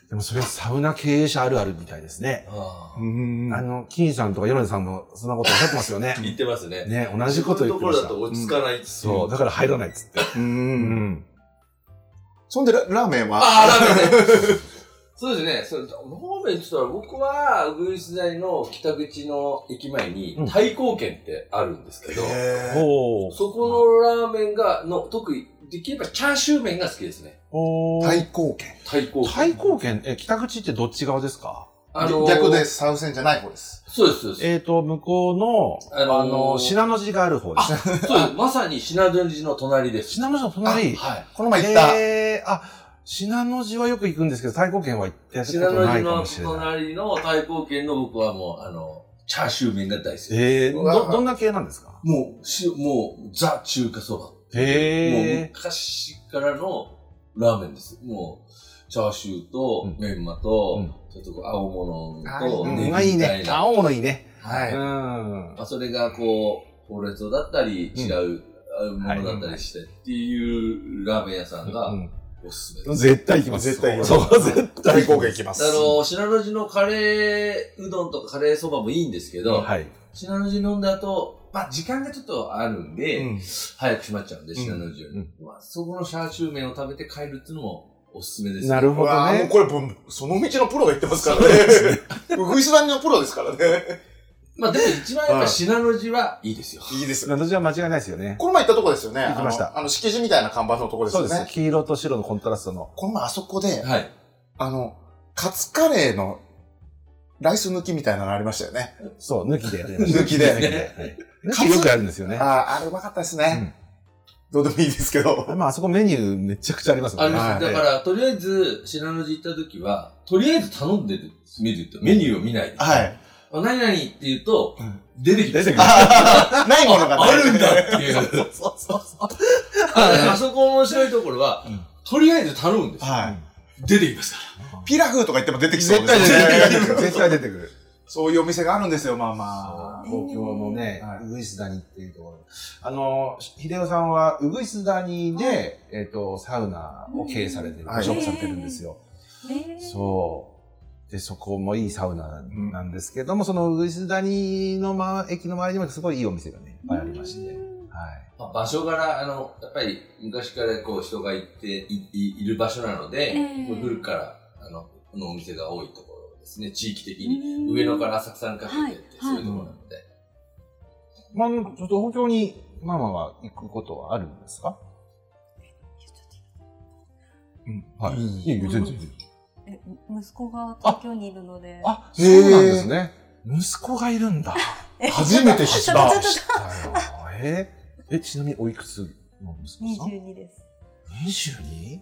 Speaker 1: でもそれはサウナ経営者あるあるみたいですね。
Speaker 3: あ
Speaker 2: うん
Speaker 1: あの、金さんとか米津さんもそんなことおっしゃってますよね
Speaker 3: あ。言ってますね。
Speaker 1: ね、同じこと言ってました。
Speaker 3: 自分のところだと落ち着かないっつって
Speaker 1: そう、だから入らないっつって。
Speaker 2: うん
Speaker 1: う
Speaker 2: うん
Speaker 1: ん。
Speaker 2: そんでラ、ラーメンは
Speaker 3: ああ、ラーメンね。そうですね。それラーメンって言ったら、僕は、ウグイス大の北口の駅前に
Speaker 1: うん、
Speaker 3: 太閤軒ってあるんですけど、
Speaker 2: へ
Speaker 1: おー
Speaker 3: そこのラーメンが、の、特に、できればチャーシュー麺が好きですね。
Speaker 1: お
Speaker 2: ー
Speaker 1: ー。
Speaker 2: 対抗圏。
Speaker 3: 太閤
Speaker 1: 太
Speaker 3: 軒。
Speaker 1: 閤圏、え、北口ってどっち側ですか
Speaker 3: あのー
Speaker 2: 逆で。す。サウセンじゃない方です。
Speaker 3: そうです、そうです。
Speaker 1: えーと、向こうの、
Speaker 3: あのー
Speaker 1: あの、品の字がある方です。
Speaker 3: そうです。まさに品川寺の隣です。
Speaker 1: 品の字の隣。
Speaker 3: はい。
Speaker 2: この前行った。
Speaker 1: えー、あ、品の字はよく行くんですけど、太閤圏は行ってやった
Speaker 3: 品
Speaker 1: こと
Speaker 3: 川
Speaker 1: な
Speaker 3: 寺
Speaker 1: いか
Speaker 3: の
Speaker 1: もしれない。
Speaker 3: 隣の太閤軒の僕はもう、あの、チャーシュー麺が大好き。
Speaker 1: えー、
Speaker 2: うわ
Speaker 1: ど、どんな系なんですか
Speaker 3: もう、し、もう、ザ中華そば。もう
Speaker 1: へ
Speaker 3: 昔からのラーメンです。もう、チャーシューと
Speaker 1: う
Speaker 3: メンマと、
Speaker 1: うん
Speaker 3: ちょっとこう
Speaker 2: あ
Speaker 3: 青物
Speaker 2: ー
Speaker 1: ー。
Speaker 2: う
Speaker 3: と
Speaker 1: うんん、
Speaker 3: ネギみ
Speaker 1: う
Speaker 3: た
Speaker 1: ま
Speaker 3: い
Speaker 1: いい
Speaker 3: な。
Speaker 1: ね。青物いいね。
Speaker 2: は
Speaker 1: う
Speaker 2: い。
Speaker 1: ん。
Speaker 3: まあ、それがこう、ほうれん草だったり、違うあものだったりして、っていうラーメン屋さん
Speaker 1: う
Speaker 3: が
Speaker 1: ん
Speaker 3: おすすめです。
Speaker 1: 絶対行きます。
Speaker 2: 絶対行き
Speaker 1: そ
Speaker 2: ま
Speaker 1: う、絶対
Speaker 2: 対
Speaker 1: 行き
Speaker 2: 抗圏
Speaker 1: ま
Speaker 2: 行きます。
Speaker 3: あの、白路地のカレーうどんとかカレーそばもいいんですけ
Speaker 1: す。
Speaker 3: ど、
Speaker 1: はい。
Speaker 3: 白路地飲んだ後、まあ、時間がちょっとあるんで、
Speaker 1: うん
Speaker 3: 早く閉まっちゃうんで、白路地より。
Speaker 1: うん
Speaker 3: まあ、そこのチャーシュー麺を食べて帰るっていうのもおすすめです、
Speaker 1: なる
Speaker 2: う
Speaker 1: ほど
Speaker 2: わーもう
Speaker 1: ね。
Speaker 2: これぶん、その道のプロが言ってますから ね。ウグイスダニのプロですからね。
Speaker 3: まあでも一番やっぱ信濃路はいいですよ。
Speaker 2: いいです。
Speaker 1: 品の字は間違いないですよね。
Speaker 2: この前行ったとこですよね。
Speaker 1: 行きました
Speaker 2: あの、あの敷地みたいな看板のとこです
Speaker 1: そう
Speaker 2: よ
Speaker 1: です。
Speaker 2: ね。
Speaker 1: 黄色と白のコントラストの。
Speaker 2: この前あそこで、
Speaker 3: はい。
Speaker 2: あの、カツカレーのライス抜きみたいなのありましたよね。
Speaker 1: そう、抜きでやりました。
Speaker 2: 抜きで。
Speaker 1: はい抜きよくやるんですよね。
Speaker 2: ああ、あれうまかったですね。どうでもいいですけ ど。
Speaker 1: まあ、あそこメニューめちゃくちゃあります
Speaker 3: あ
Speaker 1: もん
Speaker 3: り
Speaker 1: ね。
Speaker 3: ま
Speaker 2: は
Speaker 3: す。
Speaker 2: い
Speaker 3: だから、とりあえず、信濃路行った時は、とりあえず頼んでる、見ると、メニューを見ないで。。
Speaker 2: はいい。
Speaker 3: 何々って言うと
Speaker 2: うん、
Speaker 3: 出てきて、
Speaker 1: 出てくる。
Speaker 2: ないものが
Speaker 3: あ
Speaker 2: ない
Speaker 3: るんだっていう。
Speaker 2: そうそうそう。
Speaker 3: ああそこ面白いところは
Speaker 1: うん、
Speaker 3: とりあえず頼むんですよ。
Speaker 2: はい。
Speaker 3: 出てきますから。
Speaker 2: ピラフとか言っても出てきそ
Speaker 1: 絶
Speaker 2: うです
Speaker 1: 対
Speaker 2: ね。
Speaker 1: 出てくる。絶対出てくる。
Speaker 2: そういうお店があるんですよ、まあまあ。
Speaker 1: 東京のね
Speaker 2: は、い
Speaker 1: ウグイス谷っていうところ。あの、秀夫さんは、ウグイス谷で、えっと、サウナを経営されてる
Speaker 2: は、い
Speaker 1: ショップされてるんですよ。
Speaker 4: えー
Speaker 1: そう。で、そこもいいサウナなんですけども、そのウグイス谷の、ま、駅の周りにもすごいいいお店がね、いっぱいありまして。はい。
Speaker 3: まあ場所柄、あの、やっぱり昔からこう人が行って、いいいる場所なので、
Speaker 4: ええ
Speaker 3: もう古くから、あの、このお店が多いところですね、地域的に。
Speaker 4: うん
Speaker 3: 上野から浅草にかけてって、
Speaker 4: はい
Speaker 3: そういうところなので。
Speaker 1: まあ、ちょっと東京にママは行くことはあるんですかうん。はい。
Speaker 2: いい
Speaker 1: いいよ、全然。
Speaker 4: え息子が東京にいるので。
Speaker 1: あ、
Speaker 2: へー
Speaker 1: そうなんですね。息子がいるんだ。
Speaker 4: え
Speaker 2: 初めて知 った
Speaker 4: ちょっとちょっ
Speaker 1: だよええ、ちなみにおいくつの
Speaker 4: と
Speaker 1: 息子さん
Speaker 4: 22です。
Speaker 1: ?22?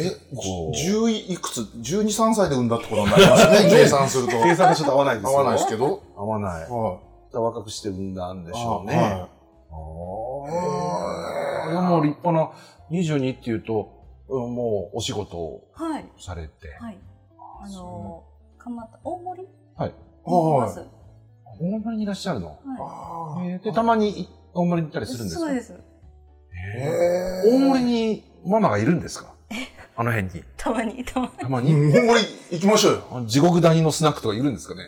Speaker 2: え、
Speaker 1: こう
Speaker 2: 十いくつ ?12、3歳で産んだってことになります ね。計算すると。
Speaker 1: 計算がちょっと合わないです
Speaker 2: 合
Speaker 1: よ
Speaker 2: わないですけど。
Speaker 1: 合わない。
Speaker 2: は
Speaker 1: 若くして産んだんで
Speaker 2: い。
Speaker 1: しょうね。
Speaker 2: はい
Speaker 1: ああ。でも立派な22っていうと、うんもうお仕事を
Speaker 4: はい。
Speaker 1: されて。
Speaker 4: はい。あのー、蒲田、大森にい
Speaker 1: はい
Speaker 4: ま
Speaker 2: は
Speaker 4: す。
Speaker 1: 大森にいらっしゃるの。
Speaker 4: は
Speaker 2: あー
Speaker 1: えーで、たまに大森に行ったり
Speaker 4: い。
Speaker 1: するんです
Speaker 4: そ
Speaker 1: か
Speaker 4: うです。
Speaker 1: え
Speaker 2: え
Speaker 1: ー大森
Speaker 2: に。
Speaker 1: にママがいるんですかあの辺に。
Speaker 4: たまに、たま
Speaker 1: たまに。
Speaker 2: 大森行きましょうよ。
Speaker 1: あの地獄谷のスナックとかいるんですかね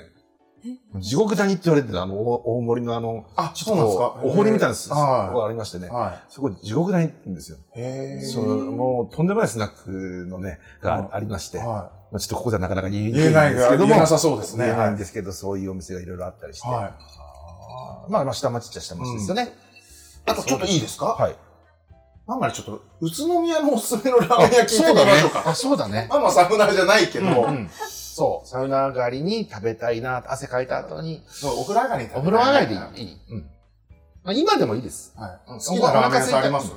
Speaker 4: に。
Speaker 1: 地獄谷って言われてたあのお大森のあの、
Speaker 2: あ、
Speaker 1: ちょっとこうお堀みたいなすとこが
Speaker 2: は
Speaker 1: ありましてね
Speaker 2: い。。は
Speaker 1: そこ地獄谷って言うんですよ。
Speaker 2: い。へ
Speaker 1: そのもうとんでもないスナックのね、があありまして、ま
Speaker 2: は
Speaker 1: あ、ちょっとここじゃなかなか言
Speaker 2: い。
Speaker 1: え
Speaker 2: 言えない
Speaker 1: んですけ
Speaker 2: が、
Speaker 1: ど
Speaker 2: 言
Speaker 1: も、
Speaker 2: えなさそうですね。
Speaker 1: 言えないん
Speaker 2: は
Speaker 1: ですけど、そういうお店がいろいろあったりして、
Speaker 2: い。はい
Speaker 1: まあまあ下町っちゃ下町ですよね。
Speaker 2: あとちょっといいですか
Speaker 1: はい。
Speaker 2: ママちょっと、宇都宮のおすすめのラーメン屋聞いてみましょうか。
Speaker 1: あ、そうだね。
Speaker 2: ママサウナーじゃないけど、
Speaker 1: うんそう、サウナ上がりに食べたいな、汗かいた後に、
Speaker 2: そうお風呂上がりに食
Speaker 1: お
Speaker 2: べ
Speaker 1: 風
Speaker 2: た
Speaker 1: 呂上がり
Speaker 2: いな
Speaker 1: でいい。うんまあ、今でもいいです。
Speaker 2: はい。好きなラーメン屋さんあります
Speaker 4: 好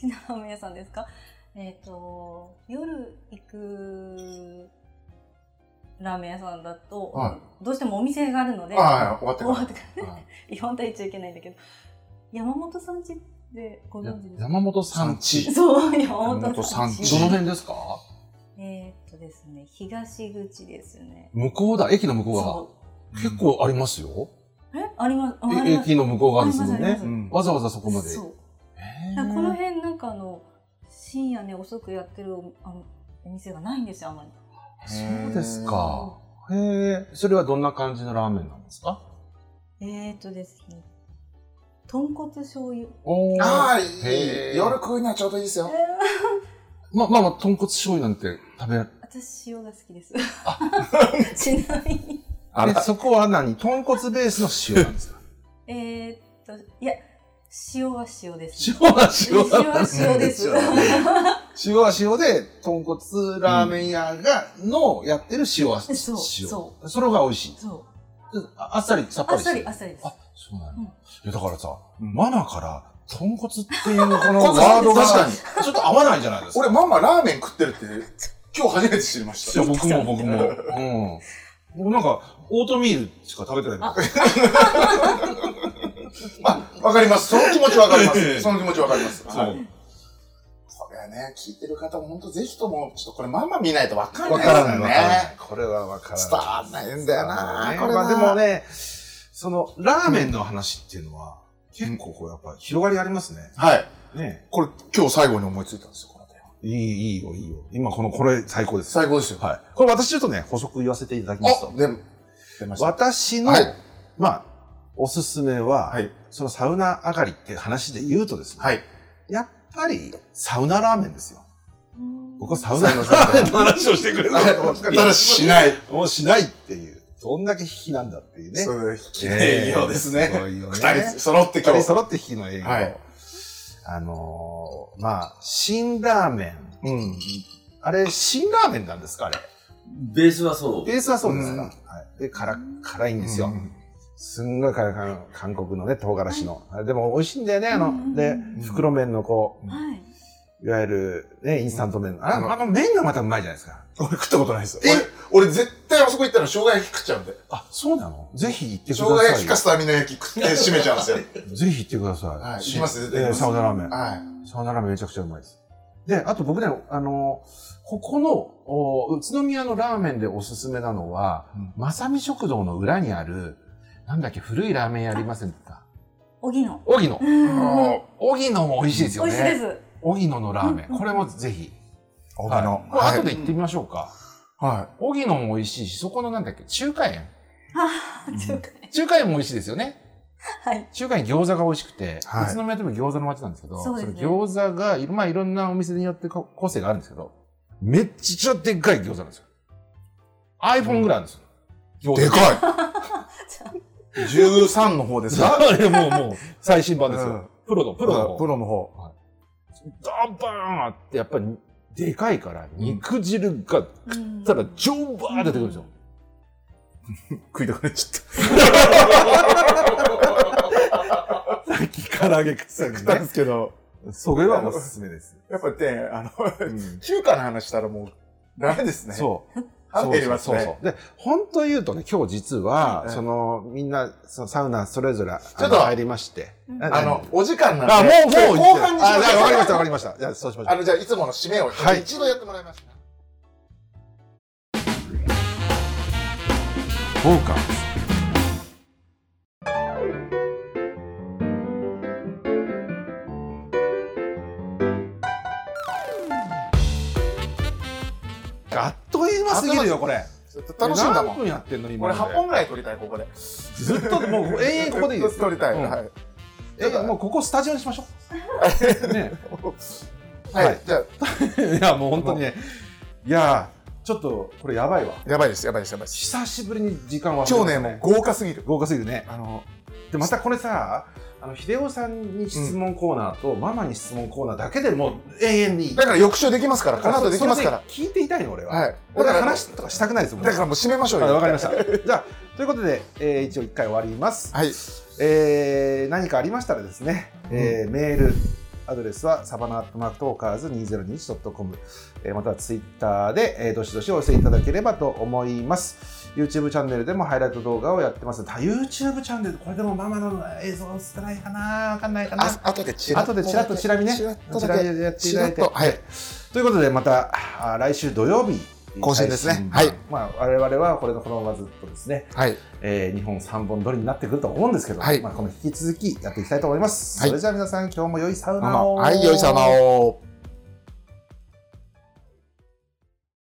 Speaker 4: きなラーメン屋さんですかえっ、と、夜行くラーメン屋さんだと、
Speaker 2: は
Speaker 4: どうしてもお店があるので、
Speaker 2: い。はい、終わって
Speaker 4: 終
Speaker 2: か
Speaker 4: わ
Speaker 2: ら
Speaker 4: ってから
Speaker 2: はい
Speaker 4: 本当は言っちゃいけないんだけど、山本さんちでご存知ですか
Speaker 1: 山本さん
Speaker 2: 地
Speaker 1: 地。
Speaker 4: そう、山
Speaker 2: 山
Speaker 4: 本
Speaker 2: 本
Speaker 4: さ
Speaker 2: さ
Speaker 4: ん
Speaker 2: ん
Speaker 4: ち。
Speaker 2: ち
Speaker 1: どの辺ですか
Speaker 4: えっ、とですね、東口ですね。
Speaker 1: 向こうだ、駅の向こう側。
Speaker 4: そ
Speaker 1: 結構ありますよ。
Speaker 4: う。えあります。あ
Speaker 1: え
Speaker 4: ります
Speaker 1: 駅の向こう側ですもん
Speaker 4: ありま
Speaker 1: ね
Speaker 4: す。
Speaker 2: うん
Speaker 1: わざわざそこまで。
Speaker 4: そう。
Speaker 1: へー
Speaker 4: だからこの辺なんかあの、深夜ね、遅くやってるおあのお店がないんですよ、あんまり。
Speaker 1: そうですか。へえ。それはどんな感じのラーメンなんですか
Speaker 4: えーとですね、豚骨醤油。
Speaker 1: おー
Speaker 2: ああ、い
Speaker 1: へー
Speaker 2: い。夜食うのはちょうどいいですよ。
Speaker 1: ま、まあまあ、豚骨醤油なんて食べられ
Speaker 4: 私塩が好きです。 ちなみに、
Speaker 2: あ
Speaker 1: えそこは何豚骨ベースの塩なん ですか
Speaker 4: えーと、いや、塩は塩です、
Speaker 1: 塩は
Speaker 4: 塩
Speaker 1: 塩だ
Speaker 4: は塩です。
Speaker 1: 塩塩は塩で、豚骨ラーメン屋が、のやってる塩は塩。
Speaker 4: そうそ
Speaker 1: それが美味しい。
Speaker 4: そう。
Speaker 1: ああっさり、さっぱ
Speaker 4: あっ
Speaker 1: りして
Speaker 4: さ
Speaker 1: る
Speaker 4: り、あっさりです
Speaker 1: あ。、そうなの、
Speaker 4: うん
Speaker 1: いや、だからさ、
Speaker 2: うん
Speaker 1: マナから、豚骨っていう この
Speaker 2: 骨
Speaker 1: ワードが、
Speaker 2: 確かに
Speaker 1: ちょっと合わないじゃないですか。
Speaker 2: 俺、ママラーメン食ってるって、今日初めて知りまし
Speaker 1: い
Speaker 2: た
Speaker 1: や、。僕も僕も。うん。僕なんか、オートミールしか食べてないもん。
Speaker 2: まあ、わかります。その気持ちわか ります。その気持ちわかります。
Speaker 1: そう
Speaker 2: はいこれはね、聞いてる方も本当ぜひとも、ちょっとこれママ見ないとわかんない
Speaker 1: わ
Speaker 2: ですよ
Speaker 1: からないわからない
Speaker 2: ね。。
Speaker 1: これはわからない。
Speaker 2: 伝わんないんだよな
Speaker 1: ね
Speaker 2: これ
Speaker 1: ま
Speaker 2: な
Speaker 1: あでもね、その、ラーメンの話っていうのは、結構こうやっぱ広がりありますね。
Speaker 2: はい。
Speaker 1: ね
Speaker 2: これ今日最後に思いついたんですよ、この電話。
Speaker 1: いい、いいよ、いいよ。今この、これ最高です。
Speaker 2: 最高ですよ。
Speaker 1: はい。これ私ちょっとね、補足言わせていただきます
Speaker 2: あ
Speaker 1: と、。
Speaker 2: でも、出ました。
Speaker 1: 私の、
Speaker 2: はい
Speaker 1: まあ、おすすめは、
Speaker 2: はい。
Speaker 1: そのサウナ上がりって話で言うとですね、
Speaker 2: はい。
Speaker 1: やっぱりサウナラーメンですよ。僕はサウナ
Speaker 2: 最
Speaker 1: の
Speaker 2: 後最後
Speaker 1: 話をしてくれるのかと思ってた
Speaker 2: ただしない。
Speaker 1: もうしないっていう。どんだけ引きなんだっていうね。
Speaker 2: そういう、き
Speaker 1: ええ
Speaker 2: 営業です
Speaker 1: す
Speaker 2: ね。
Speaker 1: ごいよね。
Speaker 2: 二人揃って
Speaker 1: 二
Speaker 2: 今
Speaker 1: 人
Speaker 2: 日。
Speaker 1: 揃って引きの営業。
Speaker 2: はい
Speaker 1: あのーまあ、辛ラーメン。
Speaker 2: うん。
Speaker 1: あれ、辛ラーメンなんですかあれ。
Speaker 3: ベースはそう。
Speaker 1: ベースはそうですか、
Speaker 2: うん
Speaker 1: はい。で、辛、辛いんですよ。
Speaker 2: うん
Speaker 1: すんごい辛い韓韓国のね、唐辛子の。あれでも美味しいんだよね、あ
Speaker 4: う
Speaker 1: の
Speaker 4: ん。
Speaker 1: で、袋麺のこ
Speaker 4: はい。
Speaker 1: う、いわゆるね、インスタント麺。あ
Speaker 2: う
Speaker 1: の
Speaker 2: ん
Speaker 1: あの麺がまたうまいじゃないですか。
Speaker 2: 俺食ったことないですよ。
Speaker 1: え
Speaker 2: 俺、俺絶対あそこ行ったら生姜焼き食っちゃうんで。
Speaker 1: あ、そうなのぜひ行って
Speaker 2: 生
Speaker 1: くだ
Speaker 2: 姜
Speaker 1: さいよ。
Speaker 2: 焼きかスタミナ焼き食って締めちゃうんですよ。
Speaker 1: ぜひ行ってください。
Speaker 2: はい行きます絶対
Speaker 1: えー
Speaker 2: 行きます
Speaker 1: サウナラーメン。
Speaker 2: はい。
Speaker 1: サウナラーメンめちゃくちゃうまいです。で、あと僕ね、あの、ここの、お宇都宮のラーメンでおすすめなのは、
Speaker 2: うん
Speaker 1: まさみ食堂の裏にある、なんだっけ、古いラーメン屋ありませんか
Speaker 4: 荻野。
Speaker 1: 荻野。
Speaker 4: うん
Speaker 1: 荻野も美味しいです
Speaker 4: 美
Speaker 1: よ
Speaker 4: 味しいで
Speaker 1: ね。
Speaker 4: す。
Speaker 1: 荻野のラーメ
Speaker 4: うん
Speaker 1: ン。これもぜひ。
Speaker 2: 大
Speaker 1: はい
Speaker 2: の。
Speaker 1: これ後で
Speaker 2: い。
Speaker 1: 行ってみましょうか。
Speaker 2: は
Speaker 1: 荻野も美味しいし、そこのなんだっけ、中華園。
Speaker 4: あ ー、中華
Speaker 1: 中華園も美味しいですよね。
Speaker 4: はい。
Speaker 1: 中華に餃子が美味しくて、
Speaker 2: はい
Speaker 1: 宇都宮でも餃子の街なんですけど、
Speaker 4: そうですね
Speaker 1: れ餃子がいろ、まあいろんなお店によってこ個性があるんですけど、めっちゃでっかい餃子なんですよ。iPhone ぐらいあるんですよ。
Speaker 2: い。で
Speaker 1: い
Speaker 2: かい !13 の方ですか
Speaker 1: あれもう、もう、最新版ですよ。
Speaker 2: うん
Speaker 1: プロの、プロの。
Speaker 2: プロの方。
Speaker 1: ドバーンって、やっぱり、でかいから、肉汁が、
Speaker 4: うん
Speaker 1: たら、ジョーバーって出てくるんですよ。
Speaker 2: 食いたくなっち
Speaker 1: さっき唐揚げ食ってた
Speaker 2: ゃったんですけど、
Speaker 1: それはおすすめです。
Speaker 2: やっぱね、あの、
Speaker 1: うん
Speaker 2: 中華の話したらもう、ダメですね。
Speaker 1: そう。
Speaker 2: う。減ります
Speaker 1: そうそう
Speaker 2: ね。
Speaker 1: そうで、本当言うとね、今日実は、
Speaker 2: うん
Speaker 1: その、みんな、そのサウナそれぞれ、ち
Speaker 2: ょっと
Speaker 1: 入りまして。
Speaker 4: うん
Speaker 1: あ
Speaker 2: あの、お時間
Speaker 1: あ、
Speaker 2: なん
Speaker 1: も
Speaker 2: で、
Speaker 1: う、もう、
Speaker 2: 後半にし
Speaker 1: あ、
Speaker 2: ま
Speaker 1: じゃ
Speaker 2: し
Speaker 1: あわかりま
Speaker 2: ょ
Speaker 1: し
Speaker 2: う
Speaker 1: た、わかりました。じゃあ、そうしましょ
Speaker 2: あ
Speaker 1: う。
Speaker 2: の、じゃあ、いつもの締めを、
Speaker 1: はい
Speaker 2: 一度やってもらいました。
Speaker 1: そうか。あっという間すぎるよ、これ。
Speaker 2: 楽しいんだ
Speaker 1: え何
Speaker 2: もん。
Speaker 1: 分やってんの、今
Speaker 2: 俺、
Speaker 1: まで。
Speaker 2: 8本ぐらい撮りたい、ここで。
Speaker 1: ずっと、もう、永遠ここでいいですよ。
Speaker 2: 撮りたい。
Speaker 1: うん
Speaker 2: はい。
Speaker 1: え、もう、ここスタジオにしましょ う。ね。は
Speaker 2: はい い。じゃあ、
Speaker 1: いやもう本当にねいやちょっとこれやばいわ
Speaker 2: やばいです、やばいです、やばいです。
Speaker 1: 久しぶりに時間は
Speaker 2: 今日ね、もう豪華すぎる。
Speaker 1: 豪華すぎるね
Speaker 2: あの、
Speaker 1: でまたこれさあの秀夫さんに質問コーナーと、ママに質問コーナーだけでもう永遠に
Speaker 2: だから翌週できますから、この後できますから。
Speaker 1: それで聞いていたいの俺は、
Speaker 2: はい。
Speaker 1: 俺は話とかしたくないですもん
Speaker 2: だからもう締めましょう
Speaker 1: あわ
Speaker 2: よ。
Speaker 1: かりま したじゃあということで、えー一応一回終わります
Speaker 2: はい。
Speaker 1: えー何かありましたらですね、えーメール、アドレスはサバナアットマークトーカーズ 2021.com、えーまたはツイッターで、えーどしどしお寄せいただければと思います。YouTube チャンネルでもハイライト動画をやってます。た YouTube チャンネル、これでもママの映像映ってないかなわかんないかな
Speaker 2: あとでチ
Speaker 1: 後でちらっとチラ見ね。
Speaker 2: チラッと
Speaker 1: チ
Speaker 2: だ
Speaker 1: ラ
Speaker 2: け
Speaker 1: 見でやっていただいて。
Speaker 2: チラッとはい
Speaker 1: ということで、またあ来週土曜日。
Speaker 2: 更新ですね
Speaker 1: 配信
Speaker 2: はい
Speaker 1: まあ、我々はこれのこのままずっとですね、
Speaker 2: はい。
Speaker 1: えー、日本三本撮りになってくると思うんですけど、
Speaker 2: はい
Speaker 1: まあ、この引き続きやっていきたいと思います。
Speaker 2: はい
Speaker 1: それじゃあ皆さん、今日も良いサウ
Speaker 2: まあ
Speaker 1: ナ
Speaker 2: まあ
Speaker 1: を。
Speaker 2: はい、よいさまを。